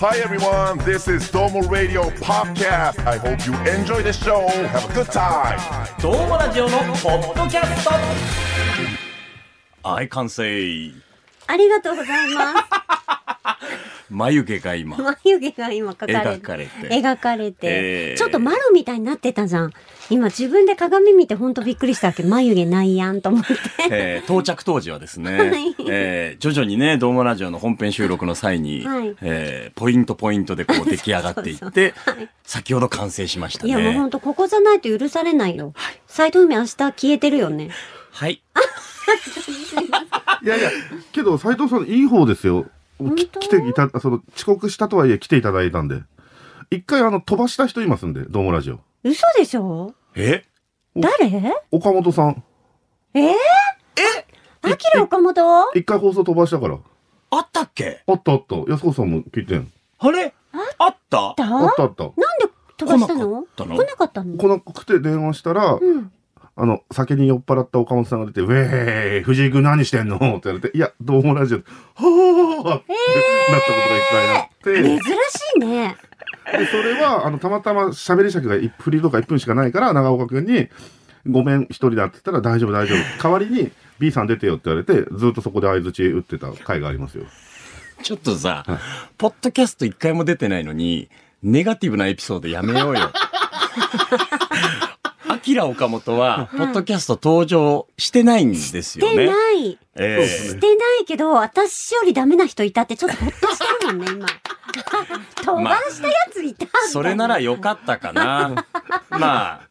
Hi everyone, this is Domo Radio Podcast. I hope you enjoy the show. Have a good time. どうもラジオのポッドキャストはい、完成。ありがとうございます。 眉毛が 今。眉毛が今描かれ描て。かれて描かれてえーちょっとマロみたいになってたじゃん。今自分で鏡見てほんとびっくりしたけど、眉毛ないやんと思って。えー到着当時はですね、はいえー徐々にね、ドームラジオの本編収録の際に、はいえーポイントポイントでこう出来上がっていって、先ほど完成しましたいやもうほんね。とここじゃないと許されないよ。斎藤梅明日消えてるよね。はい。いやいや、けど斉藤さんいい方ですよ。き当来ていた、その遅刻したとはいえ来ていただいたんで。一回あの飛ばした人いますんで、どうもラジオ。嘘でしょえ誰岡本さん。えー、えアキラ岡本あ一回放送飛ばしたから。あったっけあったあった。安子さんも聞いてん。あれあっただあなんったあった。で飛ばしたの来なかったの来なかったの来なくて電話したら、うん。あの、酒に酔っ払った岡本さんが出て、ウェーイ藤井君何してんのって言われて、いや、どうもラジオ。は ぁーってなったことが一回あ珍っしいね。て、で、それは、あの、たまたま喋り尺が1振りとか1分しかないから、長岡君に、ごめん、一人だって言ったら大丈夫大丈夫。代わりに、B さん出てよって言われて、ずっとそこで相づち打ってた回がありますよ。ちょっとさ、ポッドキャスト一回も出てないのに、ネガティブなエピソードやめよう よ。アキラ岡本は、ポッドキャスト登場してないんですよしてね。ない。えそうですえしねてないけど、私よりダメな人いたってちょっとほっとしてるもんね、今。 飛ばしたやついたみたいそれならよかったかな。 まあ、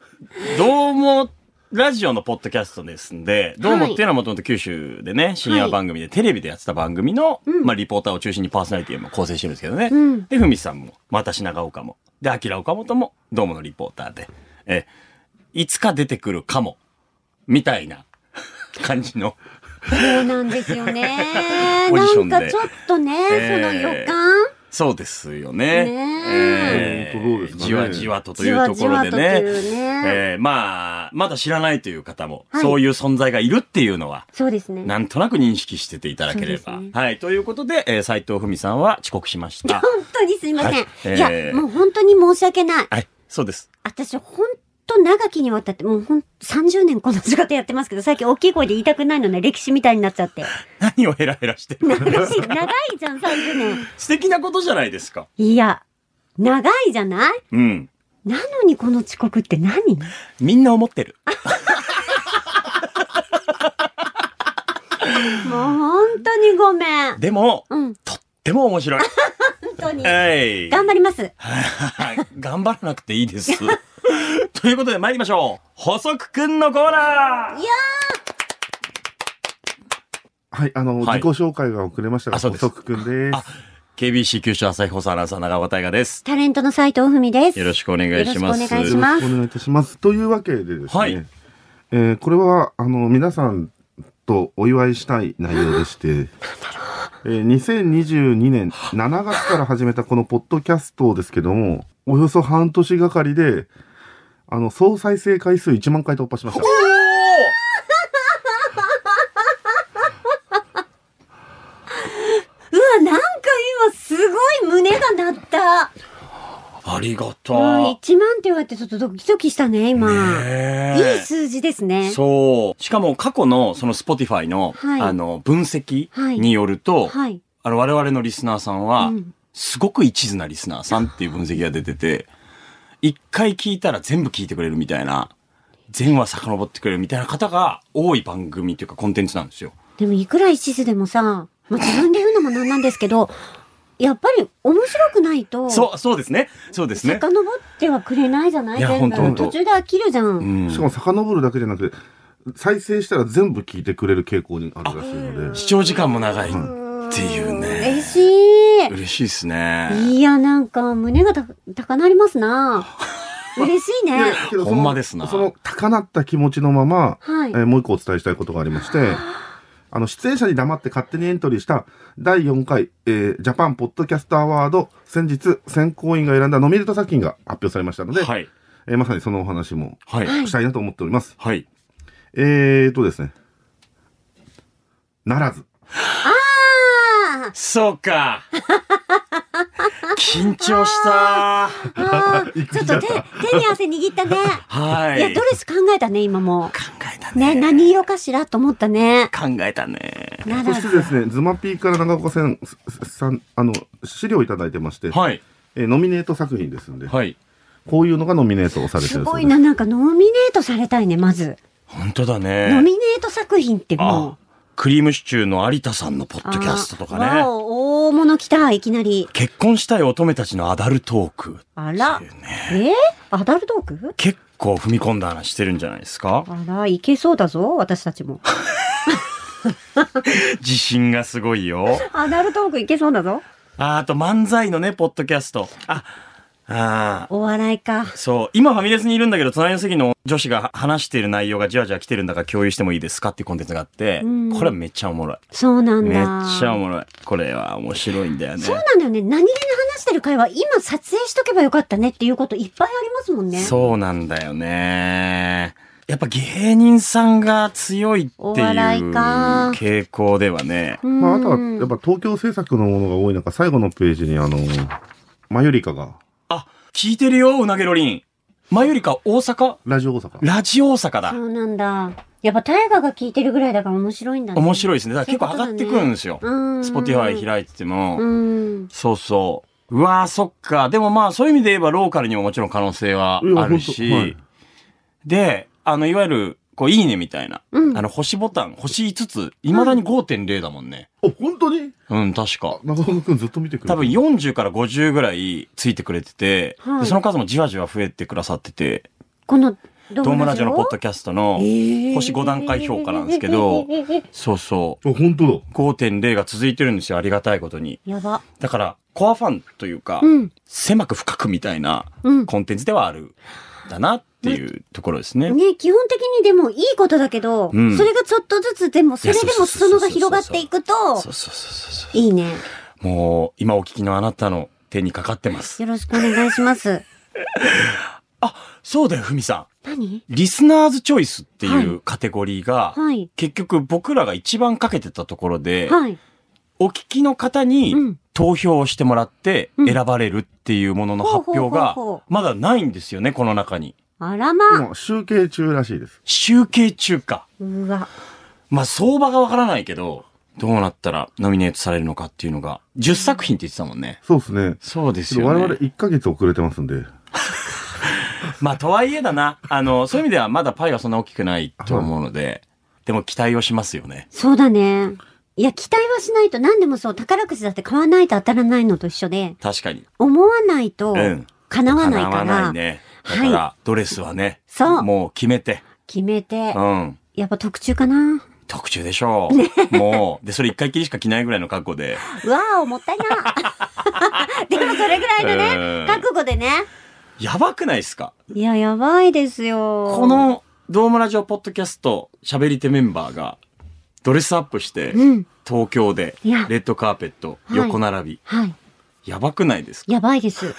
どうも、ラジオのポッドキャストですんで、どうもっていうのはもともと九州でね、深夜番組でテレビでやってた番組の、うんまあリポーターを中心にパーソナリティも構成してるんですけどね。うんで、ふみさんも、また長岡も、で、あきら岡本も、どうものリポーターで、え、いつか出てくるかも、みたいな感じの、。そうなんですよねポジなションんでかちょっとね、えーその予感。そうですよね。ねええ本当どうですかねじわじわとといじうわとじころわでとね。というね。えーまあ、まだ知らないという方も、はいそういう存在がいるっていうのは、そうですね。なんとなく認識してていただけれそば。うですねはい。ということで、えー、斉藤文さんは遅刻しま した。本当にすいません。はいいえーや、もう本当に申し訳ない。はい。そうです。私、本当長きにわたって、もうほん、30年この仕事やってますけど、最近大きい声で言いたくないのね、歴史みたいになっちゃって。何をヘラヘラして る長いし長いじゃん、30年。素敵なことじゃないですか。いや、長いじゃないうん。なのにこの遅刻って何みんな思ってる。もう本当にごめん。でも、うん、とっても面 白い。本当に。はい。 頑張ります。はい頑張らなくていいです。ということで参りましょう。補足くんのコーナーはい、あはの、い自己紹介が遅れましたあが、そう補です足くんです。あ !KBC 九州朝日放送アナウンサー長尾大河です。タレントの斉藤文です。よろしくお願いします。よろしくお願いよしろましすくお願いいたします。というわけでですね、はいえーこれは、あの、皆さんとお祝いしたい内容 でして、えー2022年7月から始めたこのポッドキャストですけども、およそ半年がかりで、あの、総再生回数1万回突破しました。うわ、なんか今すごい胸が鳴った。ありがうん、1と万って言われてちょっとドキドキしたね、う。今。いいね数字ですえね。そう。しかも過去のその Spotify の、はいあの、分析によると、はい。あの、我々のリスナーさんは、うんすごく一途なリスナーさんっていう分析が出てて、一回聞いたら全部聞いてくれるみたいな、全話遡ってくれるみたいな方が多い番組というかコンテンツなんですよ。でもいくら一途でもさ、まあ、自分で言うのもなんなんですけど、やっぱり面白くないと、そう、そうですね。そうですね。遡ってはくれないじゃないいや全部ほんと途中で飽きるじゃん。うんしかも遡るだけじゃなくて、再生したら全部聞いてくれる傾向にあるらしいので、視聴時間も長いっうんていうね。嬉しい。嬉しいですね。いや、なんか胸がた高鳴りますな。嬉しいね。けどそのほんまですなその高鳴った気持ちのまま、はいえーもう一個お伝えしたいことがありまして、あの、出演者に黙って勝手にエントリーした第4回、えージャパンポッドキャストアワード、先日、選考委員が選んだノミネート作品が発表されましたので、はい。えーまさにそのお話もはい。したいなと思っております。はい。えーとですね、ならず。ああ そうか。緊張したあーちょっと手、手に汗握ったね。はいいや、ドレス考えたね、今も。考えたね、ね何色かしらと思ったね。考えたねなそらしてずで。すね、ズマピーから長岡さんすさん、あの、資料いただいてまして、はいえーノミネート作品ですんで、はいこういうのがノミネートされてするそごういです。な、なんかノミネートされたいね、まず。本当だノねミネート作品ってあもクリームシチューの有田さんのポう。ッドキャストとかあーわねお大物来た、いきなり。結婚したい乙女たちのアダルトークあら。えーアダルトーク結構踏み込んだ話してるんじゃないですかあら、いけそうだぞ、私たちも。自信がすごいよアダルトークいけそうだぞ。ああと漫才のねポッドキャストああーお笑いか。そう今ファミレスにいるんだけど隣の席の女子が話している内容がじわじわ来てるんだから共有してもいいですかっていうコンテンツがあってうんこれはめっちゃおもろいそうなんめっだ。ちゃおもろいこれは面白いんだよねそうなんだよね。何気に話してる会話、今撮影しとけばよかったねっていうこといっぱいありますもんね。そうなんだよね。やっぱ芸人さんが強いっていうお笑いか傾向ではね。うんまあ、あとは、やっぱ東京制作のものが多い中、最後のページに、あの、マユリカが、あ、聞いてるよ、うなげろりん。前よりか大阪ラジオ大阪。ラジオ大阪だそ。うなんだ。やっぱ大河が聞いてるぐらいだから面白いんだね。面白いですね。だから結構上がってくるんですよ。うん。スポティファイ開いてても。うん。そうそう。うわー、そっか。でもまあ、そういう意味で言えばローカルにももちろん可能性はいやあるし。ほんとはいで、あの、いわゆる、こう、いいねみたいな。うんあの、星ボタン、星5つ、未だに5.0だもんね。お、本当にうん、確か。中岡くんずっと見てくれ多て分る。 40から50ぐらいついてくれてて、はいでその数もじわじわ増えてくださってて、このドドームラジオのポッドキキャストの星5段階評価なんですけど、そうそあ、本当だ。う、5.0が続いてるんですよ、ありがたいことに。やば。だから、コアファンというか、うん。狭く深くみたいなうんコンテンツではあるんだなっていうところですね。ね、基本的にでもいいことだけど、うんそれがちょっとずつでも、それでも裾野が広がっていくと、そうそうそうそういいね。もう、今お聞きのあなたの手にかかってます。よろしくお願いします。そうだよ、ふみさ何ん。リスナーズチョイスっていはうカテゴリーが、はい。結局僕らが一番かけてたところで、はい。お聞きの方にうん投票をしてもらってうん選ばれるっていうもののほう発ほうほう表がほうまだないんですよね、この中に。あらま。今、集計中らしいです。集計中か。うわ。まあ相場がわからないけど、どうなったらノミネートされるのかっていうのが、10作品って言ってたもんね。そうですね。そうでちすょっとよ我ね。々1ヶ月遅れてますんで。まあとはいえだな、あの、そういう意味ではまだパイはそんな大きくないと思うので、でも期待をしますよね。そうだね。いや、期待はしないと、何でもそう、宝くじだって買わないと当たらないのと一緒で、確かに。思わないとうん、叶わないか叶わならい、ね。だはいから、ドレスはね、そうもう決めて。決めてう、ん。やっぱ特注かな。特注でしょう。もう、で、それ一回きりしか着ないぐらいの覚悟で。うわー、もったいな。 でもそれぐらいのうねん、覚悟でね。やばくないですかいや、やばいですよ。こ、の、ドームラジオポッドキャスト、喋り手メンバーが、ドレスアップして、うん。東京で、いやレッドカーペット、はい横並び。はい。やばくないですかやばいです。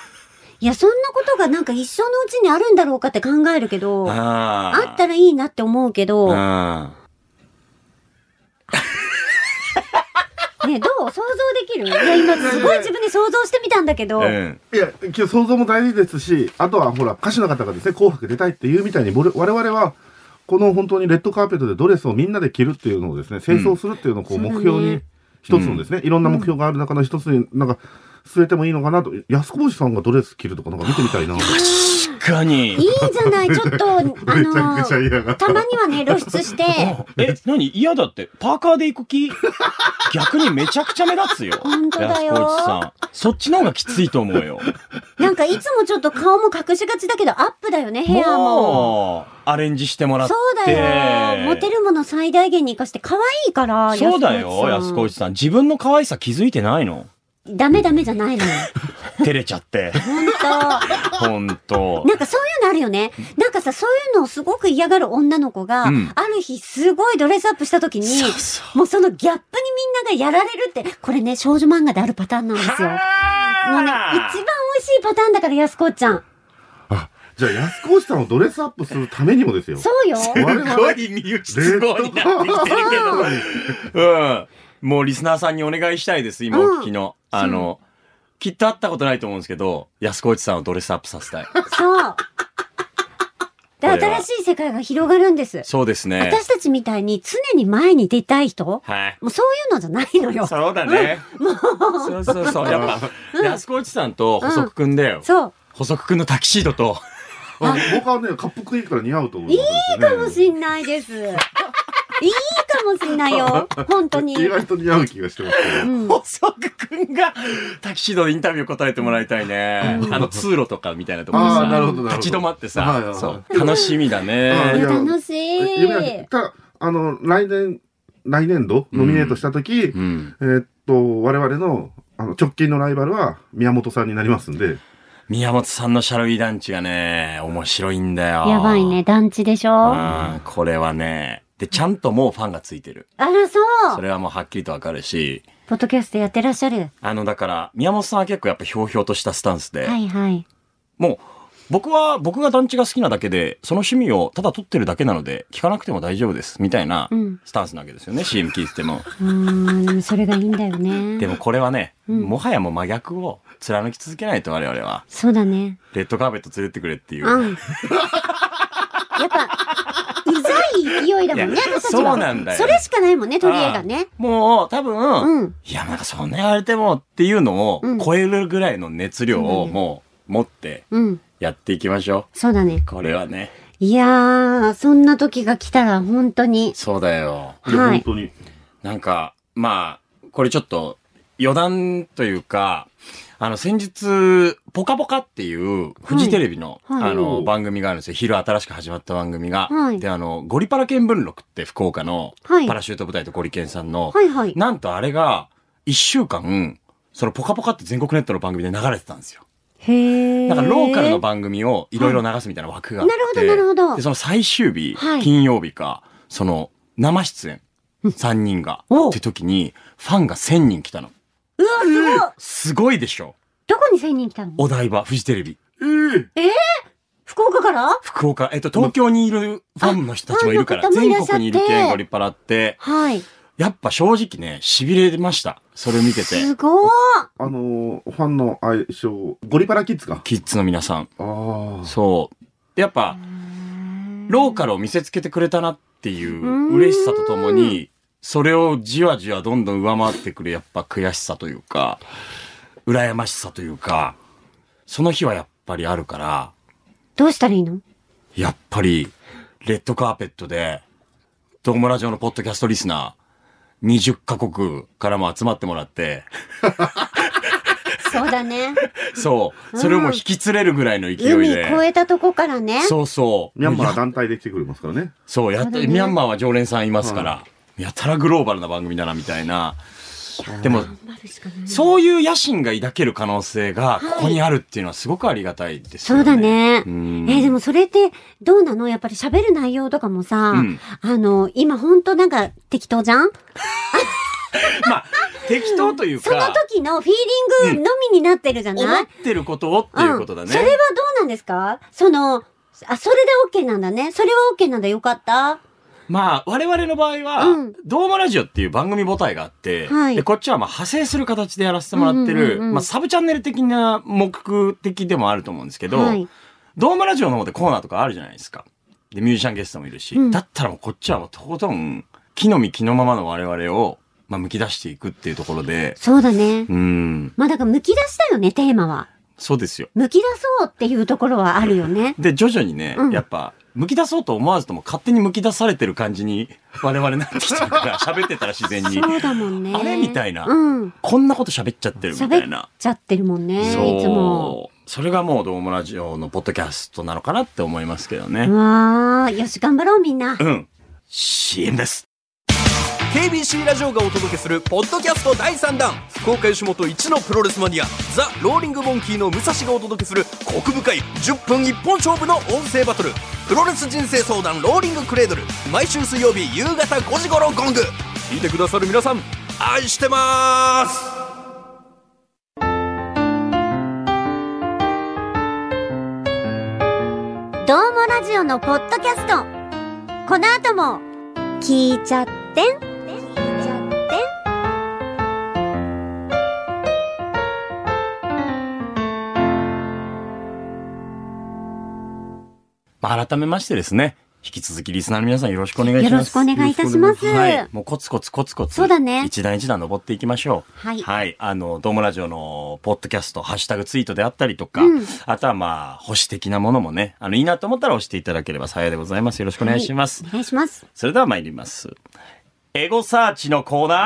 いや、そんなことがなんか一生のうちにあるんだろうかって考えるけど、あああ。ったらいいなって思うけど、ね、うん。どう想像できるいや、今すごい自分で想像してみたんだけど、うん。いや、今日想像も大事ですし、あとはほら、歌手の方がですね、紅白出たいっていうみたいに、ぼれ我々は、この本当にレッドカーペットでドレスをみんなで着るっていうのをですね、清掃するっていうのをこううん目そ標うだにね、一つのですね、いろんな目標がある中の一つに、なんか、据えてもいいのかなと、安久保さんがドレス着るとかなんか見てみたいな。確かにい。いじ ゃない、ちょっと、あのめちゃくちゃ嫌がー、ったまにはね、露出して、え、何嫌だって。パーカーで行く気逆にめちゃくちゃ目立つよ。本当だ安よ子内さん。そっちの方がきついと思うよ。なんかいつもちょっと顔も隠しがちだけど、アップだよね、ヘアも。もう、アレンジしてもらっそて。うだよ。モテるもの最大限に活かして、可愛いから、そうだよ、安安子子内内さん。自分の可愛さ気づいてないのさんダメダメじゃないのよ。照れちゃ って。ほん と。ほんと。なんかそういうのあるよね。なんかさ、そういうのをすごく嫌がる女の子が、うんある日すごいドレスアップした時に、そうそもうそのギャップにみんながやられるって、これね、少女漫画であるパターンなんですよ。もうね、一番は美味しいパターンだから、安子ちゃん。あ、じゃあ安久保さんをドレスアップするためにもですよ。そうよ。我々すごい身内すごいなってきてるけど。うん。もうリスナーさんにお願いしたいです、今お聞きの。あの、きっと会ったことないと思うんですけど、安子内さんをドレスアップさせたい。そう。で、これは新しい世界が広がるんです。そうですね。私たちみたいに常に前に出たい人もはい。うそういうのじゃないのよ。そう。そうだね。そうそうそう。やっぱ、安子内さんと細くくんだよ。補足くんのタキシードと、あ僕はね、かっぷくいいから似合うと思います、ね。いいかもしんない です。いいかもしんないよ。本当に。意外と似合う気がしてますけど。うん。細くくんがタキシードのインタビュー答えてもらいたいね。あの通路とかみたいなところであーなるほどさなるほ、ど立ち止まってはいはいさは、いそう、楽しみだいいね。やや楽しい。夢はただ、あの、来年、来年度、ノミネートしたとき、うん。えーっと、我々の、あの、直近のライバルは宮本さんになりますんで、宮本さんのシャルウィダンチがね、面白いんだよ。やばいね、団地でしょあうん。これはね、で、ちゃんともうファンがついてる。ら、そそうれはもうはっきりとわかるし、ポッドキャストやってらっしゃる。あの、だから、宮本さんは結構やっぱひょうひょうとしたスタンスで、はいはい。もう、僕は、僕が団地が好きなだけで、その趣味をただ撮ってるだけなので、聞かなくても大丈夫です、みたいなうんスタンスなわけですよね、CM 聞いてても。うーん、でもそれがいいんだよね。でもこれはね、うんもはやもう真逆を貫き続けないと我々は、そうだね。レッドカーペット連れてくれっていう。うん。やっぱ、うざい勢いだもんいや、ね私たちは。そうなんだよそれしかないもんね、取り柄がね。もう、多分、うん。いや、なんかそんな言われてもっていうのをうん超えるぐらいの熱量をもう持ってうん。やっていきましょそうだう。。ねこれはね、いやー、そんな時が来たら本当に。そうだよ。は本い。当に。なんか、まあ、これちょっと余談というか、あの、先日、ポカポカっていう、フジテレビの、はいはいあの、番組があるんですよ。昼新しく始まった番組が。はいで、あの、ゴリパラ見聞録って福岡の、はいパラシュート部隊とゴリケンさんの、はいはい。なんとあれが、一週間、そのポカポカって全国ネットの番組で流れてたんですよ。へー。なんかローカルの番組をいろいろ流すみたいな枠があって、はいなるほどなるほどで、その最終日、はい金曜日か、その生出演、3人が、おうって時に、ファンが1000人来たの。うわ、すごいすごいでしょどこに1000人来たのお台場、フジテレビ、福岡から福岡、えっと、東京にいるファンの人たちもいるかあら、ファンの方もい全らっしゃって国にいるけん、ゴリパラって、はい。やっぱ正直ね、痺れました。それを見てすて。ごーあのーファンの愛称、ゴリパラキッズか。キッズの皆さん。ああ。そう。でやっぱ、ローカルを見せつけてくれたなっていう嬉しさとともに、それをじわじわどんどん上回ってくるやっぱ悔しさというか、羨ましさというか、その日はやっぱりあるから、どうしたらいい のやっぱり、レッドカーペットで、ドームラジオのポッドキャストリスナー、20カ国からも集まってもらって、そうだね。そう、それをもう引き連れるぐらいの勢いで。海越えたとこからね。そうそう。ミャンマーは団体で来てくれますからね。そう、やっそと、うだねミャンマーは常連さんいますから、やたらグローバルな番組だな、みたいな。でも、頑張るしかないそういう野心が抱ける可能性が、ここにあるっていうのはすごくありがたいですよね。そうだ。ね。うんえーでもそれってどうなのやっぱり喋る内容とかもさ、うんあの、今ほんとなんか適当じゃんまあ、適当というそのか、時のフィーリングのみになってるじゃない、思ってることをっていうことだん。それはどね。うなんですかその、あ、それで OK なんだね。それは OK なんだ。よかった。まあ、我々の場合うはん、ドームラジオっていう番組母体があっては、いで、こっちはまあ派生する形でやらせてもらってる、うんうんうんうんまあ、サブチャンネル的な目的でもあると思うんですけど、はい。ドームラジオの方でコーナーとかあるじゃないですか。で、ミュージシャンゲストもいるし、うんだったらもうこっちはもうとことん、木の実木のままの我々を、まあ、剥き出していくっていうところで、そうだね。うん、まあだから剥き出したよね、テーマは。そうですよ。剥き出そうっていうところはあるよね。で、徐々にね、うんやっぱ、剥き出そうと思わずとも勝手に剥き出されてる感じに、我々なってきたから、喋ってたら自然に、 そうだもんね。あれみたいなうん。こんなこと喋っちゃってるみた喋いっな。ちゃってるもんね、いつも。そう。それがもうドームラジオのポッドキャストなのかなって思いますけどうね。わー、よし、頑張ろうみんな。うん。CM です。 KBC ラジオがお届けするポッドキャスト第3弾福岡吉本一のプロレスマニアザ・ローリング・モンキーの武蔵がお届けするコク深い10分一本勝負の音声バトルプロレス人生相談ローリングクレードル毎週水曜日夕方5時頃ゴング聞いてくださる皆さん愛してますどうもラジオのポッドキャストこの後も聞いちゃってん聞いちゃってん改めましてですね、引き続きリスナーの皆さんよろしくお願いします。よろしくお願いいたします。はい。もうコツコツコツコツ。そうだね一段一段登っていきましょう。はいあの、ドームラジオの、ポッドキャスト、ハッシュタグツイートであったりとか、うんあとはまあ、保守的なものもね、あの、いいなと思ったら押していただければ幸いでございます。よろしくお願いします。お願いします。それでは参ります。エゴサーチのコーナ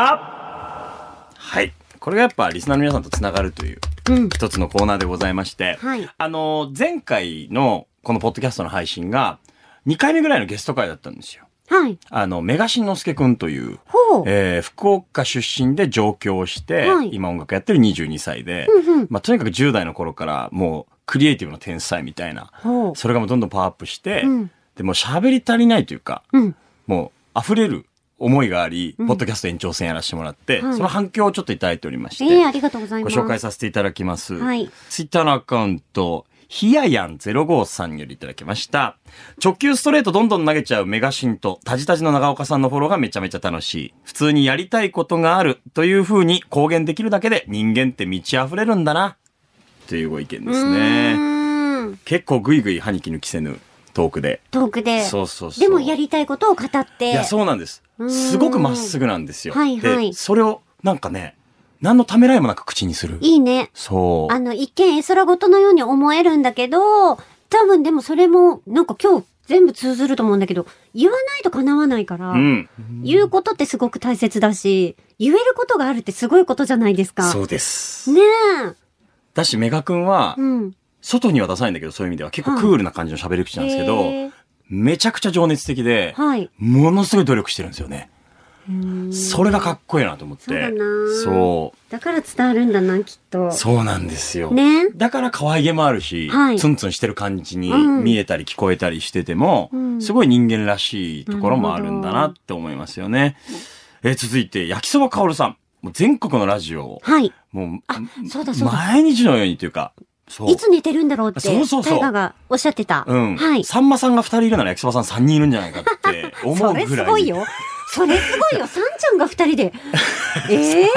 ーはい。これがやっぱリスナーの皆さんとつながるといううん。一つのコーナーでございまして、はいあの、前回のこのポッドキャストの配信が2回目ぐらいのゲスト会だったんですよ。はい。あの、メガシンのすけくんという、ほう。えー福岡出身で上京して、はい今音楽やってる22歳で、うんうんまあ、とにかく10代の頃からもうクリエイティブの天才みたいな、ほう。それがもうどんどんパワーアップして、うんでもう喋り足りないというか、うん。もう溢れる思いがあり、うんポッドキャスト延長戦やらせてもらって、はいその反響をちょっといただいておりまして、ええありがとうございごます。紹介させていただきます。はいツイッターのアカウント、ひややん05さんよりいただきました。直球ストレートどんどん投げちゃうメガシンと、タジタジの長岡さんのフォローがめちゃめちゃ楽しい。普通にやりたいことがあるという風に公言できるだけで人間って満ち溢れるんだな。というご意見ですうね。ーん。結構ぐいぐい歯に抜きせぬトークで。トークで。そうそうそう。でもやりたいことを語って。いや、そうなんですう。んすごくまっすぐなんですよ。はいはいで、それをなんかね、何のためらいもなく口にする。いいね。そう。あの、一見絵空事のように思えるんだけど、多分でもそれも、なんか今日全部通ずると思うんだけど、言わないと叶わないから、うん。言うことってすごく大切だし、言えることがあるってすごいことじゃないですか。そうです。ねだし、メガ君はえ。う、ん。外には出さないんだけど、そういう意味では結構はいクールな感じの喋り口なんですけど、へえめちゃくちゃ情熱的で、はい。ものすごい努力してるんですよね。それがかっこいいなと思って。そうだなそだから伝わるんだな、きっと。う。そうなんですよ。ねだから可愛げもあるし、はいツンツンしてる感じにうん見えたり聞こえたりしてても、うんすごい人間らしいところもあるんだなるなほって思いますよね。えー続いて、焼きそばかおるさん。もう全国のラジオを、はい。もあう、そうだそうだ毎日のようにというか、そう。いつ寝てるんだろうって、そうそうそう大河がおっしゃってた。うん。はい。さんまさんが二人いるなら焼きそばさん三人いるんじゃないかって思うぐ そらい。れすごい。よ。それす ごいよ。さんちゃんが二人で。ええ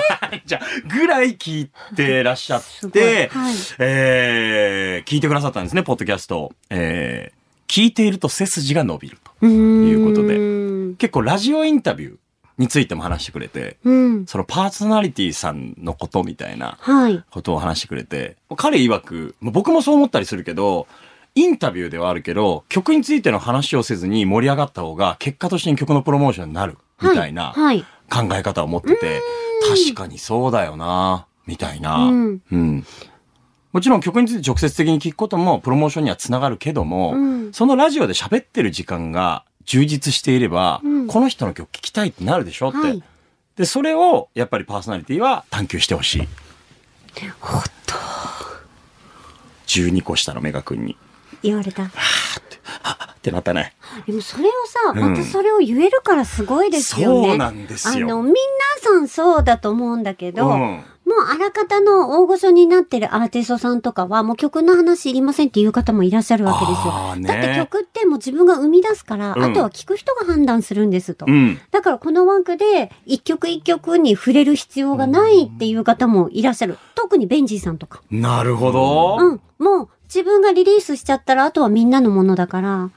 じゃあぐらい聞いてらっしゃっすごいて、はいえー聞いてくださったんですね、ポッドキャストを。えー聞いていると背筋が伸びると。といいうことでう結構ラジオインタビューについても話してくれて、ん。そのパーソナリティさんのことみたいなはい。ことを話してくれて、彼曰く、まあ僕もそう思ったりするけど、インタビューではあるけど、曲についての話をせずに盛り上がった方が、結果として曲のプロモーションになる、みたいなはいはい。考え方を持ってて、確かにそうだよな、みたいな。うんうんもちろん曲について直接的に聞くこともプロモーションにはつながるけども、うんそのラジオで喋ってる時間が充実していれば、うんこの人の曲聞きたいってなるでしょって。はいで、それをやっぱりパーソナリティは探求してほしい。ほっと。 12個下のメガ君に。言われた。ってなったね。でもそれをさ、うんまたそれを言えるからすごいですよね。そうなんですよあの、みんなさんそうだと思うんだけど、うんもうあらかたの大御所になってるアーティストさんとかは、もう曲の話いりませんっていう方もいらっしゃるわけですあーよ。ねだって曲ってもう自分が生み出すから、うんあとは聞く人が判断するんですと。うん。だからこの枠で一曲一曲に触れる必要がないっていう方もいらっしゃる。特にベンジーさんとか。なるほど。うん。もう自分がリリースしちゃったらあとはみんなのものだから、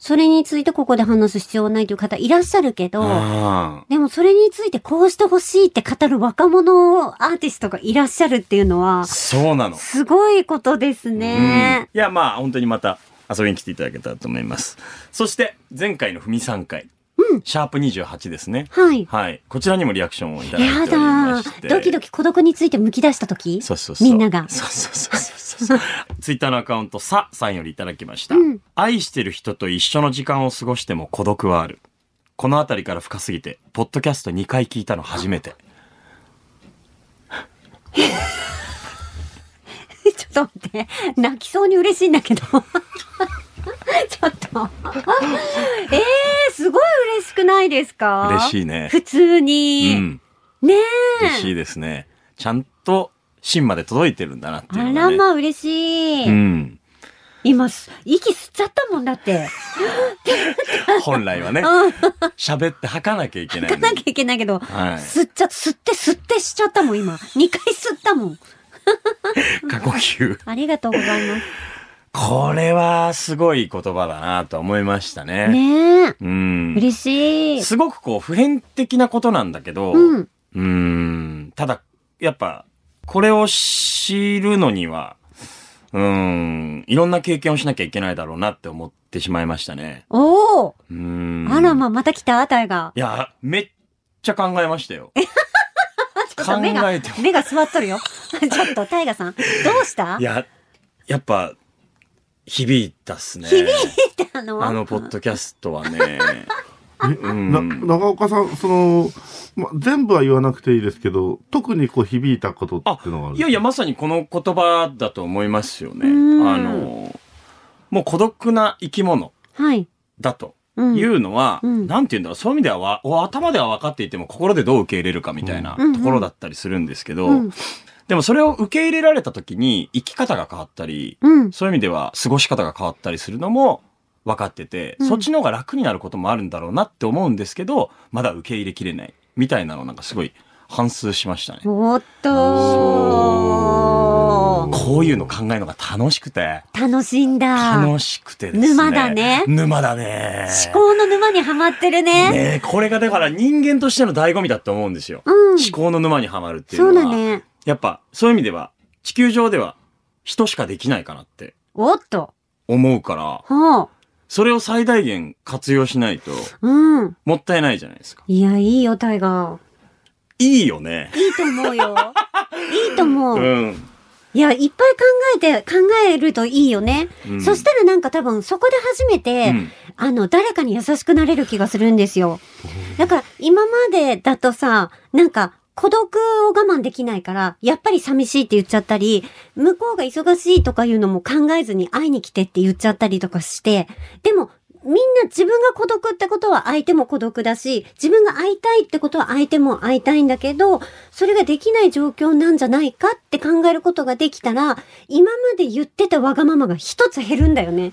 それについてここで話す必要はないという方いらっしゃるけど、うんでもそれについてこうしてほしいって語る若者アーティストがいらっしゃるっていうのは、そうなの。すごいことですね。いや、まあ、本当にまた遊びに来ていただけたらと思います。そして、前回の踏み3回。シャープ28ですね。はい。はい。こちらにもリアクションをいただいてやおりまだして。ー。ドキドキ孤独についてむき出した時そうそうそう。みんなが。 そうそうそうそうそう。ツイッターのアカウント、さ、さんよりいただきました。うん愛してる人と一緒の時間を過ごしても孤独はある。この辺りから深すぎて、ポッドキャスト2回聞いたの初めて。ちょっと待って。泣きそうに嬉しいんだけど。 ちょっと。えー、すごい嬉しくないですか嬉しいね普通うに。ん。ね嬉しえ。いですね。ちゃんと芯まで届いてるんだなっていうあのらが、ね。まあ嬉しい。うん。今、す息吸っちゃったもん だって。本来はね、喋って吐かなきゃいけないの行に。かなきゃいけないけど、はい吸っちゃ、吸って吸ってしちゃったもん今。2回吸ったもん。過呼吸。ありがとうございます。これはすごい言葉だなとは思いましたね。ねえ。うん。嬉しい。すごくこう普遍的なことなんだけど、う。うんーんただ、やっぱ、これを知るのには、うーん、いろんな経験をしなきゃいけないだろうなって思ってしまいましたね。おお、うーん。あらま、また来たタイガいや、めっちゃ考えましたよ。ー。ちょっと目考がえて、も目が座っとるよ。 ちょっとタイガさん、どうしたいや、やっぱ、響いたっすね。響いたのあの、ポッドキャストはね。うんな長岡さん、その、ま、全部は言わなくていいですけど、特にこう響いたことあっていうのがある んいですやかいや、まさにこの言葉だと思いますよね。うんあの、もう孤独な生き物はい。だとうん。いうのは、うんなんて言うんだろう、そういう意味ではわお頭では分かっていても心でどう受け入れるかみたいなうんところだったりするんですけど、うん。でもそれを受け入れられた時に生き方が変わったり、うん。そういう意味では過ごし方が変わったりするのも分かってて、うんそっちの方が楽になることもあるんだろうなって思うんですけど、まだ受け入れきれないみたいなのなんかすごい反芻しましたね。おっとー。こういうの考えるのが楽しくて。楽しんだ。楽しくてですね。沼だね沼だね。思考の沼にはまってるね。ねえこれがだから人間としての醍醐味だと思うんですよ。うん。思考の沼にはまるっていうそのうは。だね。やっぱ、そういう意味では、地球上では人しかできないかなっておっと。思うから、ほう。それを最大限活用しないと、うん。もったいないじゃないですか。いや、いいよ、タイガー。いいよね。いいと思うよ。 いいと思うう。ん。いや、いっぱい考えて、考えるといいよね。うんそしたらなんか多分、そこで初めて、うんあの、誰かに優しくなれる気がするんですよ。だから、今までだとさ、なんか、孤独を我慢できないから、やっぱり寂しいって言っちゃったり、向こうが忙しいとかいうのも考えずに会いに来てって言っちゃったりとかして、でも、みんな自分が孤独ってことは相手も孤独だし、自分が会いたいってことは相手も会いたいんだけど、それができない状況なんじゃないかって考えることができたら、今まで言ってたわがままが一つ減るんだよね。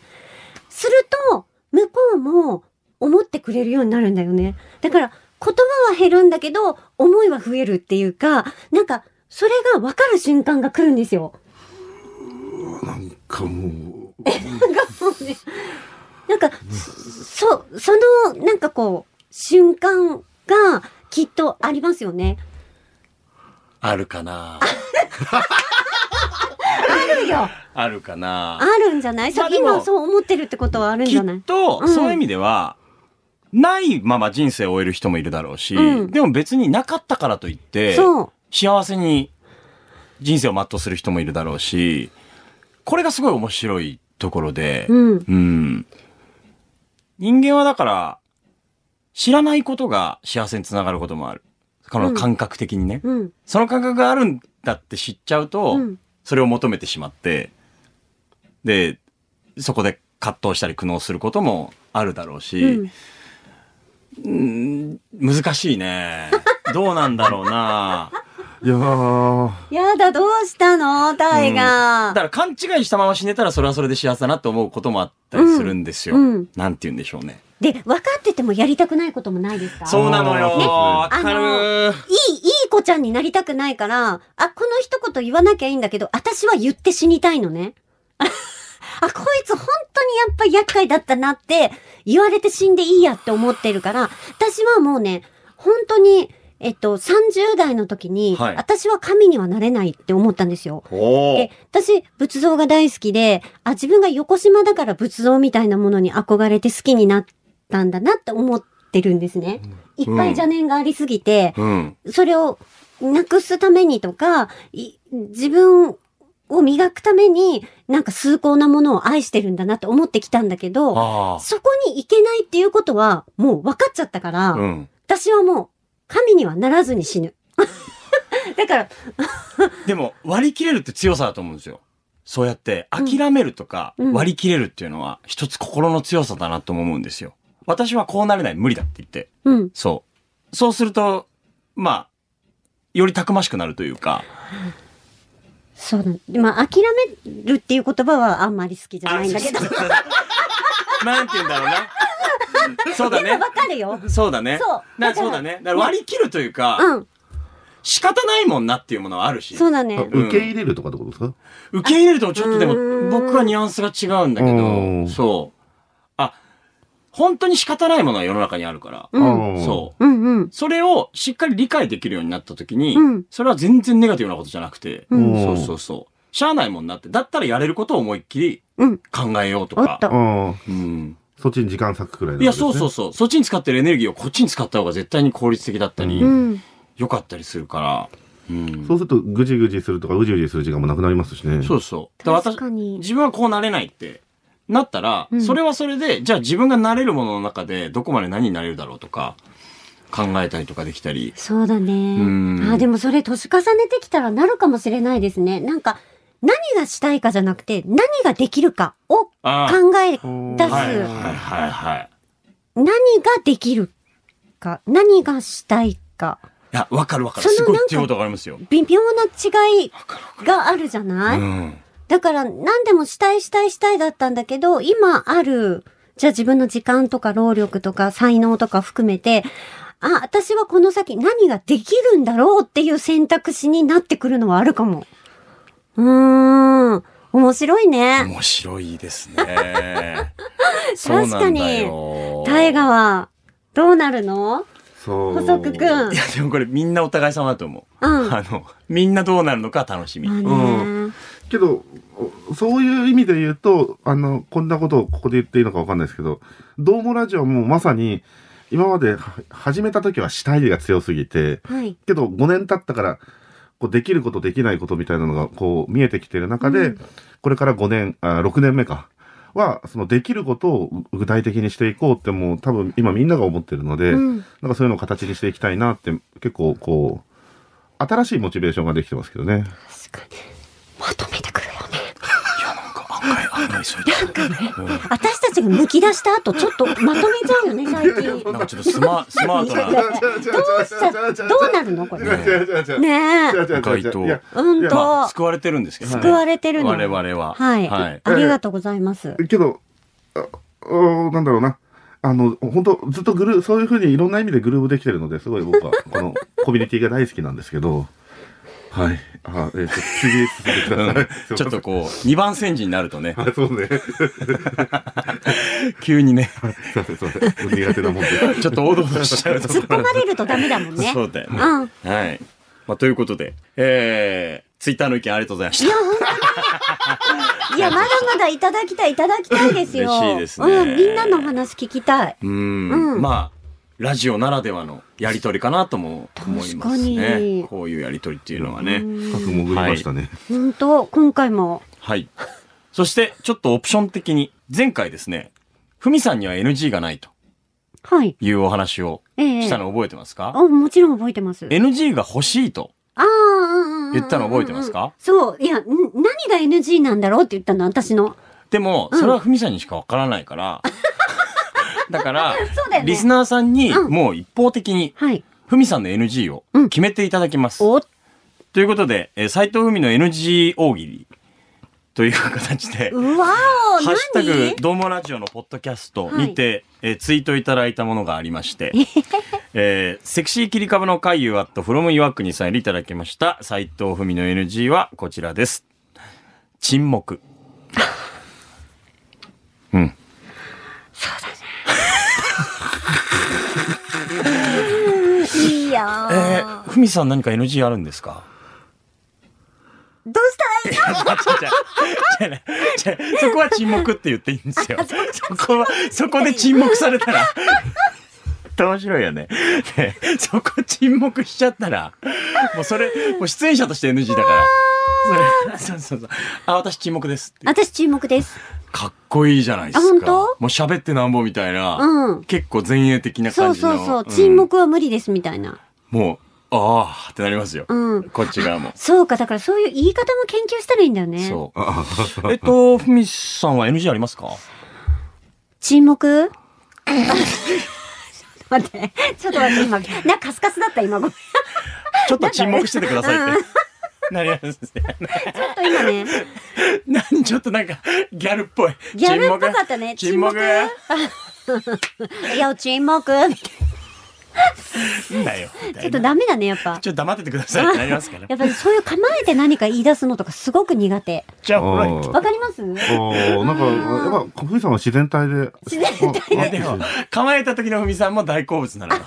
すると、向こうも思ってくれるようになるんだよね。だから、言葉は減るんだけど、思いは増えるっていうか、なんか、それが分かる瞬間が来るんですよ。 なんかもう、なんか、そ、その、なんかこう、瞬間がきっとありますよね。あるかなあるよあるかなあるんじゃないそまあうでも今そう思ってるってことはあるんきじゃないっと、うんそういう意味では、ないまま人生を終える人もいるだろうし、うんでも別になかったからといって、そう。幸せに人生を全うする人もいるだろうし、これがすごい面白いところで、うん。うん人間はだから、知らないことが幸せにつながることもある。こうのん感覚的にね。うん。その感覚があるんだって知っちゃうと、うんそれを求めてしまって、で、そこで葛藤したり苦悩することもあるだろううし、ん。難しいね。どうなんだろう な。いやー、やだ、どうしたのタイだガかー。ら勘違いしたまま死ねたらそれはそれで幸せだなって思うこともあったりするんですよ。うんうんなんて言うんでしょうね。で、分かっててもやりたくないこともないですかそうなのよ。ねわかある。いい、いい子ちゃんになりたくないから、あ、この一言言わなきゃいいんだけど、私は言って死にたいのね。 あ、こいつ本当にやっぱ厄介だったなって、言われて死んでいいやって思ってるから、私はもうね、本当に、えっと、30代の時に、はい私は神にはなれないって思ったんですよ。おーで、私、仏像が大好きで、あ、自分が横島だから仏像みたいなものに憧れて好きになったんだなって思ってるんですね。いっぱい邪念がありすぎて、うん。それをなくすためにとか、い自分を磨くために、なんか崇高なものを愛してるんだなって思ってきたんだけど、あそこに行けないっていうことは、もう分かっちゃったから、あ。うん。私はもう、神にはならずに死ぬ。 だから、でも割り切れるって強さだと思うんですよ。そうやって諦めるとかうん割り切れるっていうのは一つ心の強さだなとも思うんですよ。私はこうなれない無理だって言って。うん。そう。そうすると、まあ、よりたくましくなるというか。そうだ。でまあ、諦めるっていう言葉はあんまり好きじゃないんだけど、あ なんて言うんだろうな。そうだ でもね。分かるよ。そうだね。そうなだからそうだね。だから割り切るというか、うん。仕方ないもんなっていうものはあるし、そうだねあ。受け入れるとかってことですか受け入れるとちょっとでうーんも僕はニュアンスが違うんだけうんど、そう。あ、本当に仕方ないものは世の中にあるから、うん。あーそう。うんうん。それをしっかり理解できるようになった時に、うんそれは全然ネガティブなことじゃなくて、うんそうそうそう。しゃあないもんなって。だったらやれることを思いっきりうん。考えようとおっか。と。ああ、うん。そっちに時間割くくらいなんいでや、すねそうそうそう。そっちに使ってるエネルギーをこっちに使った方が絶対に効率的だったりう、ん。良かったりするから。うん。そうすると、ぐじぐじするとか、うじうじする時間もなくなりますしね。そうそう。だから確私かに。自分はこうなれないってなったら、うんそれはそれで、じゃあ自分がなれるものの中でどこまで何になれるだろうとか考えたりとかできたり。そうだうんね。あ、でもそれ年重ねてきたらなるかもしれないですね。なんか、何がしたいかじゃなくて、何ができるかを考ああ。え出す。はいはいはいはい。何ができるか、何がしたいか、いや、わかるわかる。そのすごいなんかっていうことわかりますよ。微妙な違いがあるじゃうない、ん。だから何でもしたいしたいしたいだったんだけど、今ある、じゃあ自分の時間とか労力とか才能とか含めて、あ、私はこの先何ができるんだろうっていう選択肢になってくるのはあるかも。うーん。面白いね。面白いです ね。確かによ大河は、どうなるのそう。細くくんいや、でもこれみんなお互い様だと思う。うんあの、みんなどうなるのか楽しみ。まあね、けど、おそういう意味で言うと、あの、こんなことをここで言っていいのかわかんないですけど、どうもラジオもまさに、今までは始めた時はしたいが強すぎて、はい。けど5年経ったから、こうできることできないことみたいなのがこう見えてきてる中で、うんこれから5年、あ6年目か、は、そのできることを具体的にしていこうってもう多分今みんなが思ってるので、うん。なんかそういうのを形にしていきたいなって、結構こう、新しいモチベーションができてますけどね。確かに。まとめてくるよね。なんか案外、案外そういうこと私たちがむき出した後、ちょっとまとめちゃうよね、最近。どなんかちょっとスマ、スマー トな。うしちゃ、どうなるのこれ。ねえ。いやうんまあ、と、救われてるんですけど、ね。救われてるの。我々は。はい、はい。ありがとうございます。けど、あおなんだろうな。あの、本当ずっとグルー、そういうふうにいろんな意味でグルーブできてるので、すごい僕は、 このコミュニティが大好きなんですけど、はい。あ、えっ、と、次、進んでください。すいませんちょっと、こう、二番煎じになるとね、あ、そうね。急にね、すいません、すいません。苦手なもんで。ちょっとおどおどしちゃうとこ突っろ込まれるとダメだもんね。そうだよね。うん。はい。まあ、ということで、えー、ツイッターの意見ありがとうございましいたや、。本当に。いや、まだまだいただきたい、いただきたいですよ。嬉しいですねうん、みんなのお話聞きたい。うん,、うんまあ、ラジオならではのやりとりかなとも思います確かねに。こういうやりとりっていうのはね。深く潜りましたね。本当、今回も。はい。そして、ちょっとオプション的に、前回ですね、ふみさんには NG がないとはい。いうお話をええしたの覚えてますか、あ、もちろん覚えてます。 ?NG が欲しいと。ああうんうんうんうん、言ったの覚えてますかそう。いや、ん何が NG なんだろうって言ったの、私の。でも、それはふみさんにしかわからない から、だから、そうだよねリスナーさんに、うんもう一方的に、はい。ふみさんの NG を決めていただきます。お、ということで、えー、斎藤ふみの NG 大喜利という形で、うわお、ハッシュタグ何、どうもラジオのポッドキャストにて、えーツイートいただいたものがありまして、えーセクシー切り株の回遊アットフロム岩国さんよりいただきました、斎藤文の NG はこちらです。沈黙。うん。いいやえー、ふみさん何か NG あるんですかどうしたら違いいう違う違う違うそこは沈黙って言っていいんですよ。そこは、そこで沈黙されたら。面白いよね。ねそこ沈黙しちゃったら、もうそれ、もう出演者として NG だから。それ、そうそうそう。あ、私沈黙ですって。私注目です。かっこいいじゃないですか。あ本当もう喋ってなんぼみたいな、うん結構前衛的なそ感うじの。そうそう。ん沈。黙は無理です、みたいな。もう、ああ、ってなりますよ。うんこっち側も。そうか、だからそういう言い方も研究したらいいんだよね。そう。えっと、ふみさんは NG ありますか沈黙 待って、ちょっと待って、今、な、カスカスだった、今、ごめん。ちちょっと沈黙しててくださいって。なりますね。 ょっと今ね、なんちょっとなんか、ギャルっぽい。ギャルっぽかったね。沈黙。沈いや、沈黙みたいなんだよ。みたちいょっとなダメだね、やっぱ。 ちょっと黙っててくだ さいってなりますからや。っぱりそういう構えて何か言い出すのとかすごく苦手。じゃあ、あほら。いーわかりますあーなんか、やっぱ、ふみさんは自然体で。自然体や、でも、構えた時のふみさんも大好物なのよ。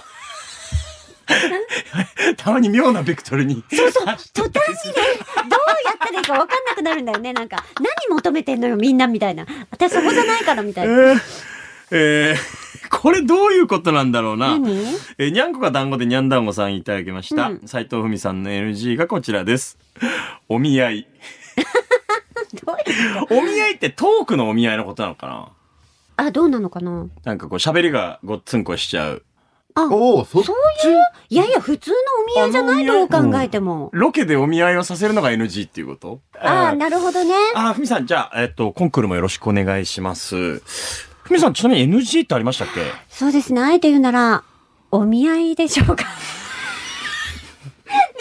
たまに妙なベクトルに。そうそう。途端にね、どうやったらいいかわかんなくなるんだよね。なんか、何求めてんのよ、みんなみたいな。私そこじゃないからみたいな。えーこれどういうことなんだろうな。何えーにゃんこが団子でにゃんだんごさんいただきました。うん斉藤文さんの NG がこちらです。お見合い。どういうお見合いってトークのお見合いのことなのかなあ、どうなのかななんかこう喋りがごっつんこしちゃう。おお、そっち。いやいや、普通のお見合いじゃないどう考えても。ロケでお見合いをさせるのが NG っていうことああ、なるほどね。あー、ふみさん、じゃあ、えっと、コンクールもよろしくお願いします。ふみさん、ちなみに NG ってありましたっけそうですね。あえて言うなら、お見合いでしょうか。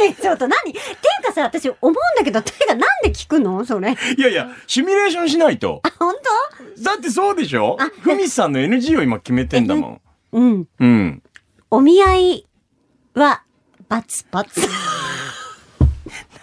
ねえちょっと何っていうかさ、私思うんだけど、ていうかなんで聞くのそれ。あ、いやいや、シミュレーションしないと。本だってそうでしょふみさんの NG を今決めてんだもん。当うん。うん。お見合いは、バツバツ。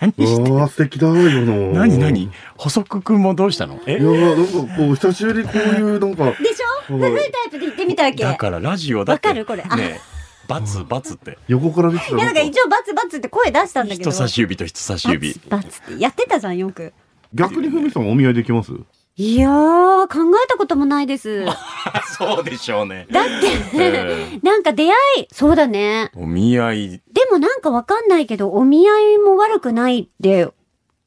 ああ、素敵だよな。なにないに補足くんもどうしたのえやー、なんか、こう、久しぶりにこういう、なんか、でしょは古いいタイプで言ってみたわけ。だからラジオだって。わかるこれあねえバツバツって。横から見てたいや、なんか一応バツバツって声出したんだけど。人差し指と人差し指。バツバツってやってたじゃん、よく。逆にふみさんお見合いできますいやー、考えたこともな いです。そうでしょうね。だって、えなんか出会い、そうだね。お見合い。でもなんかわかんないけど、お見合いも悪くないって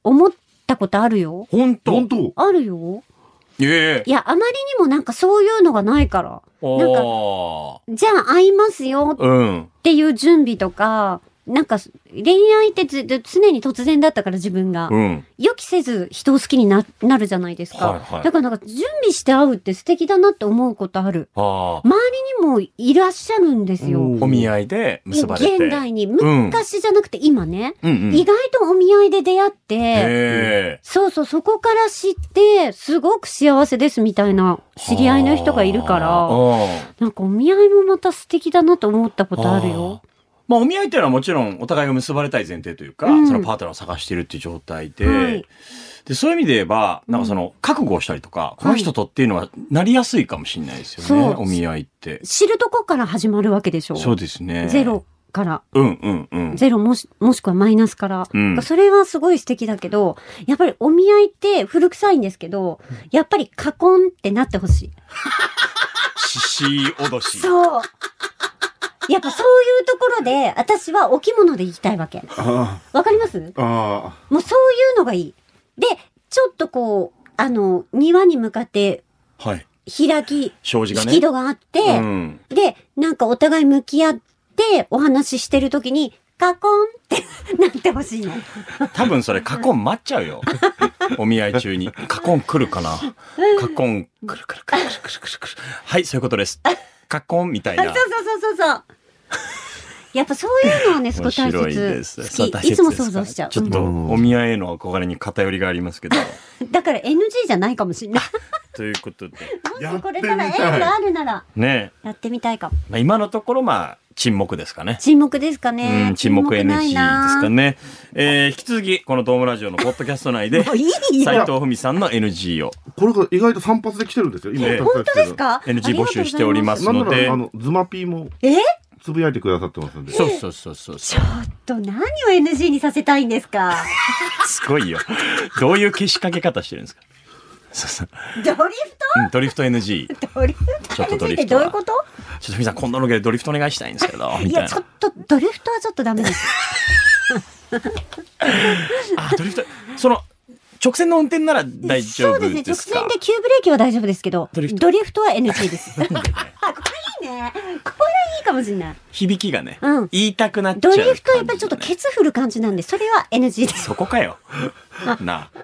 思ったことあるよ。ほんと本当あるよ。ええいや、あまりにもなんかそういうのがないから。なんか、あじゃあ会いますよあ。うん。っていう準備とか、なんか恋愛ってず常に突然だったから自分が。うん。予期せず人を好きにななるじゃないですか。はいはいだからなんか準備して会うって素敵だなって思うことある。ああ。周りにもいらっしゃるんですよ。お見合いで結ばれて。現代にん昔じゃなくて今ね、うんうん。意外とお見合いで出会って、ええそうそう、そこから知って、すごく幸せですみたいな知り合いの人がいるかあら、ーなんかお見合いもまた素敵だなと思ったことあるよ。あー。まあ、お見合いっていうのはもちろんお互いが結ばれたい前提というか、うんそのパートナーを探してるっていう状態で、はいで、そういう意味で言えば、なんかその、覚悟をしたりとか、この人とっていうのはなりやすいかもしれないですよね、そうお見合いって。知るとこから始まるわけでしょ。そうですね。ゼロ。から。うんうんうん。ゼロもし、もしくはマイナスから。うんそれはすごい素敵だけど、やっぱりお見合いって古臭いんですけど、やっぱり過婚ってなってほし獅子脅い。し。そう。やっぱそういうところで、私はお着物で行きたいわけ。あわかりますもうあ、あそういうのがいい。で、ちょっとこう、あの、庭に向かってはい。開き、障子が引ね。き戸があって、うん。で、なんかお互い向き合ってお話ししてるときに、過婚って なってほしいの。多分それ、過去待っちゃう よ。お見合い中に。過去来るかな過去来る来る来る来る来る来る来る。はい、そういうことです。過去みたいあ、そなう。そうそうそ うそう。やっぱそういうのはね、すご面い大切。白いです。そう好大き。切いつもです想像しちゃう。ちょっと、うんお見合いへの憧れに偏りがありますけど。うんだから NG じゃないかもしれない。ということで。やもってみたいしこれ から縁があるなら、ねやってみたいかも。まあ、今のところ、まあ、沈黙ですかね。沈黙ですかうね。ん、沈黙 NG なでいすなか。ね。えー、引き続き、このドームラジオのポッドキャスト内で、もういいよ。斉本藤文さんの NG をあ、これが意外と散発で来てるんですよ。今、ええ本当ですか NG 募集しておりますなんなのでら、あ。の、ズマピーもえつぶやいてくださってますんで。そうそうそうそう。ちょっと何を NG にさせたいんですか。 すごいよ。どういう消しかけ方してるんですかそうそう。ドリフうん、ドリフト NG。ちょっトドリフちょっとトドにつリいてフトどはういうことと文さん、今度のロケでドリフトお願いしたいんですけど、みいたいなや、ちょ。っとドリフトはちょっとダメです。あ、ドリフト、その、直線の運転なら大丈そう夫ですね。で直すか線で急ブレーキは大丈夫ですけど、ドドリリフフトトは NG です。あこれいいね。これいいかもしれない。響きがね、うん言いたくなっちゃドうリ感じのね、フトはやっぱりちょっとケツ振る感じなんで、それは NG です。そこか よ。なあ。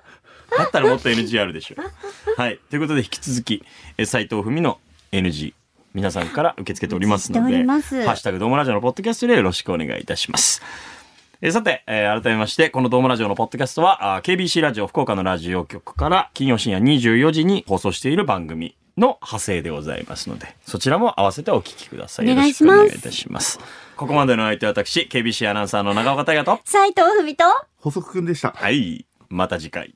だったらもっと NG あるでしょ。はい。ということで、引き続き、え斉藤文の NG、皆さんから受け付けておりますのお待ちしてで、おりますハッシュタグドームラジオのポッドキャストでよろしくお願いいたします。えーさて、えー改めまして、このドームラジオのポッドキャストは、あー KBC ラジオ福岡のラジオ局から金曜深夜24時に放送している番組の派生でございますので、そちらも合わせてお聞きください。お願いしよますろくお願いいたします。ここまでの相手は私、KBC アナウンサーの長岡大和と、斉藤文と細くくんでした。はい、また次回。